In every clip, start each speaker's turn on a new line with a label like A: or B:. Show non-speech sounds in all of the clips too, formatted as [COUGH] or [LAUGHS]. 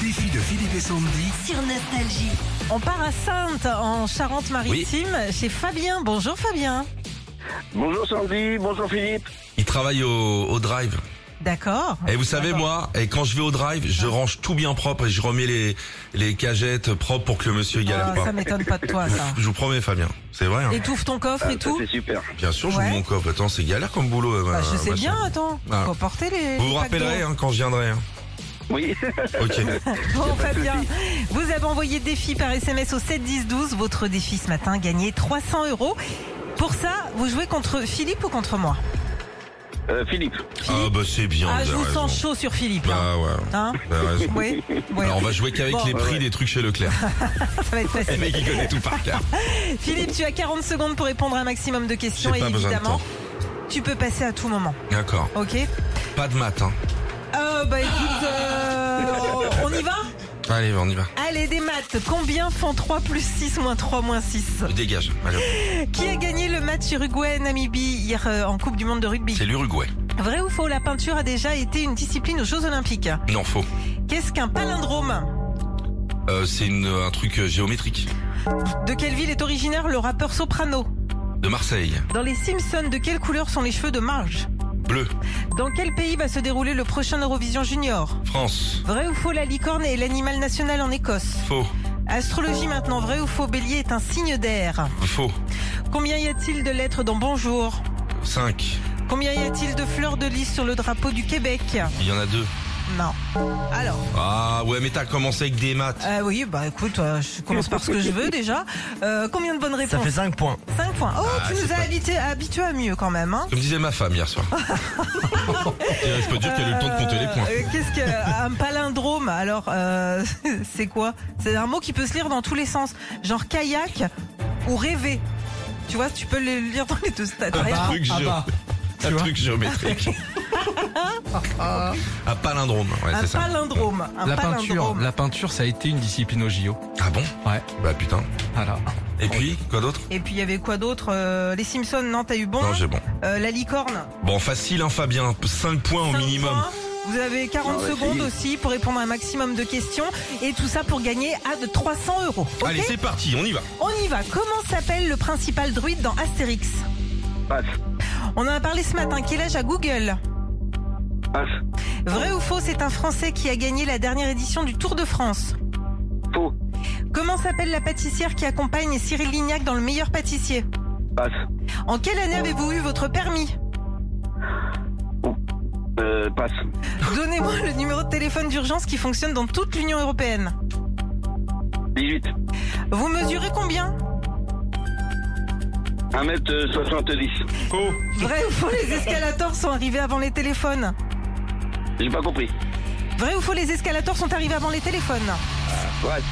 A: Bifi de Philippe et Sandy.
B: sur Nostalgie.
C: On part à Sainte, en Charente-Maritime, chez Fabien. Bonjour Fabien.
D: Bonjour Sandy, bonjour Philippe.
E: Il travaille au, au drive.
C: D'accord.
E: Et vous savez, moi, et quand je vais au drive, je range tout bien propre et je remets les, les cagettes propres pour que le monsieur galère
C: Ah,
E: pas.
C: ça m'étonne pas de toi,
E: [LAUGHS]
C: ça.
E: Je vous promets, Fabien. C'est vrai. hein.
C: Étouffe ton coffre
D: Ah,
C: et
D: ça,
C: tout.
D: C'est super.
E: Bien sûr, je
C: Ouais.
E: vous mon coffre. Attends, c'est galère comme boulot. euh,
C: Bah, je
E: ma-
C: sais
E: ma
C: bien,
E: chérie.
C: attends.
E: Ah.
C: Faut porter les.
E: Vous
C: les
E: vous
C: packs
E: rappellerez hein, quand je
C: [LAUGHS]
E: viendrai. hein.
D: Oui, [LAUGHS]
E: Ok.
C: d'eau. Bon, Fabien, vous avez envoyé défi par SMS au 7 10 12. Votre défi ce matin, gagner 300 euros. Pour ça, vous jouez contre Philippe ou contre moi
D: Euh, Philippe.
E: ah bah c'est bien.
C: Ah,
E: vous
C: je
E: avez
C: vous
E: raison.
C: sens chaud sur Philippe. là.
E: Bah ouais.
C: Hein
E: vous avez raison.
C: Oui, oui.
E: Alors on va jouer qu'avec
C: Bon.
E: les prix des trucs chez Leclerc.
C: [LAUGHS] ça va être
E: Le
C: facile.
E: mec il connaît tout par cœur.
C: Philippe, tu as 40 secondes pour répondre à un maximum de questions
E: J'ai
C: et
E: pas besoin de
C: évidemment,
E: temps.
C: tu peux passer à tout moment.
E: D'accord.
C: Ok
E: Pas de maths. hein.
C: Euh, bah écoute, euh, on y va
E: Allez, on y va.
C: Allez, des maths. Combien font 3 plus 6 moins 3 moins 6
E: Je dégage. Allez, hop.
C: Qui a gagné le match Uruguay-Namibie hier euh, en Coupe du Monde de rugby
E: c'est l'Uruguay.
C: Vrai ou faux, la peinture a déjà été une discipline aux Jeux Olympiques
E: Non, faux.
C: Qu'est-ce qu'un palindrome
E: Euh, c'est une- un truc euh, géométrique.
C: De quelle ville est originaire le rappeur Soprano
E: De Marseille.
C: Dans les Simpsons, de quelle couleur sont les cheveux de Marge
E: Bleu.
C: Dans quel pays va se dérouler le prochain Eurovision Junior
E: France.
C: Vrai ou faux, la licorne est l'animal national en Écosse
E: Faux.
C: Astrologie maintenant, vrai ou faux, bélier est un signe d'air
E: Faux.
C: Combien y a-t-il de lettres dans Bonjour
E: 5.
C: Combien y a-t-il de fleurs de lys sur le drapeau du Québec
E: Il y en a deux.
C: Non. Alors,
E: Ah ouais, mais t'as commencé avec des maths.
C: euh, oui, bah écoute, euh, je commence par ce que je veux déjà. Euh, combien de bonnes réponses
E: 5 points.
C: 5 points. Oh,
E: Ah,
C: tu
E: c'est
C: nous as
E: pas-
C: habitués habitué à mieux quand même. Hein
E: Comme disait ma
C: [LAUGHS]
E: femme hier soir. Et Je peux te dire qu'elle a eu le temps de compter les points.
C: Euh, Qu'est-ce qu'un palindrome Alors, euh, [LAUGHS] c'est quoi C'est un mot qui peut se lire dans tous les sens, genre kayak ou rêver. Tu vois, tu peux le lire dans les deux stades.
E: Un truc,
C: ah
E: géo-
C: bah.
E: un
C: [LAUGHS]
E: truc géométrique. Un palindrome, ouais,
C: un
E: c'est ça.
C: palindrome. Un
F: La peinture,
C: palindrome.
F: la peinture, ça a été une discipline au JO.
E: Ah bon
F: Ouais.
E: Bah putain.
F: Voilà.
E: Et puis, quoi d'autre
C: Et puis il y avait quoi d'autre Euh, Les Simpsons, non, t'as eu bon.
E: Non, j'ai bon.
C: Euh, la licorne.
E: Bon, facile, hein, Fabien. 5 points au
C: Cinq
E: minimum.
C: points. Vous avez 40
D: Ah ouais,
C: secondes
D: c'est-
C: aussi pour répondre à un maximum de questions et tout ça pour gagner à de 300 euros. Ok
E: Allez, c'est parti, on y va.
C: On y va. Comment s'appelle le principal druide dans Astérix
D: Passe,
C: On en a parlé ce matin. Quel âge à Google
D: passe,
C: Vrai ou faux, c'est un Français qui a gagné la dernière édition du Tour de France.
D: faux,
C: Comment s'appelle la pâtissière qui accompagne Cyril Lignac dans Le Meilleur Pâtissier
D: passe.
C: En quelle année avez-vous eu votre permis
D: Euh, passe,
C: Donnez-moi le numéro de téléphone d'urgence qui fonctionne dans toute l'Union européenne.
D: 18.
C: Vous mesurez combien
D: 1m70.
E: Faux.
C: Vrai ou faux, les escalators sont arrivés avant les téléphones
D: J'ai pas compris.
C: Vrai ou faux, les escalators sont arrivés avant les téléphones
D: Passe.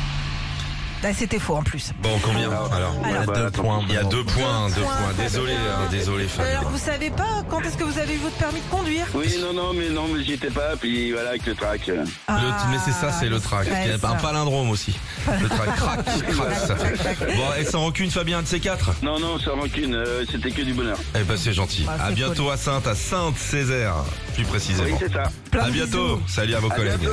C: Ah, C'était faux en plus.
E: Bon, combien Alors,
D: Il y a
E: Alors,
D: deux
E: attends,
D: points,
E: bah, Il y a
F: bon.
E: deux points, deux
C: points,
E: points. Désolé,
C: Fabien.
E: hein, désolé, Fabien.
C: Alors vous savez pas quand est-ce que vous avez eu votre permis de conduire
D: Oui, non, non, mais non, mais j'y étais pas, puis voilà, avec le trac. euh.
E: Le- mais c'est ça, c'est le trac. Il y a
C: stress.
E: un palindrome aussi. Le [LAUGHS] trac, crac, crac, ça fait. Bon, et sans rancune, Fabien, un de ces quatre
D: Non, non, sans rancune, euh, c'était que du bonheur.
E: Eh ben, c'est gentil.
C: Ah, c'est
E: à bientôt à Sainte, à Sainte-Césaire, plus
D: Oui,
E: précisément.
D: c'est ça.
C: Plein
E: à
C: de
E: bientôt. Salut à vos
D: À
E: collègues.
D: bientôt.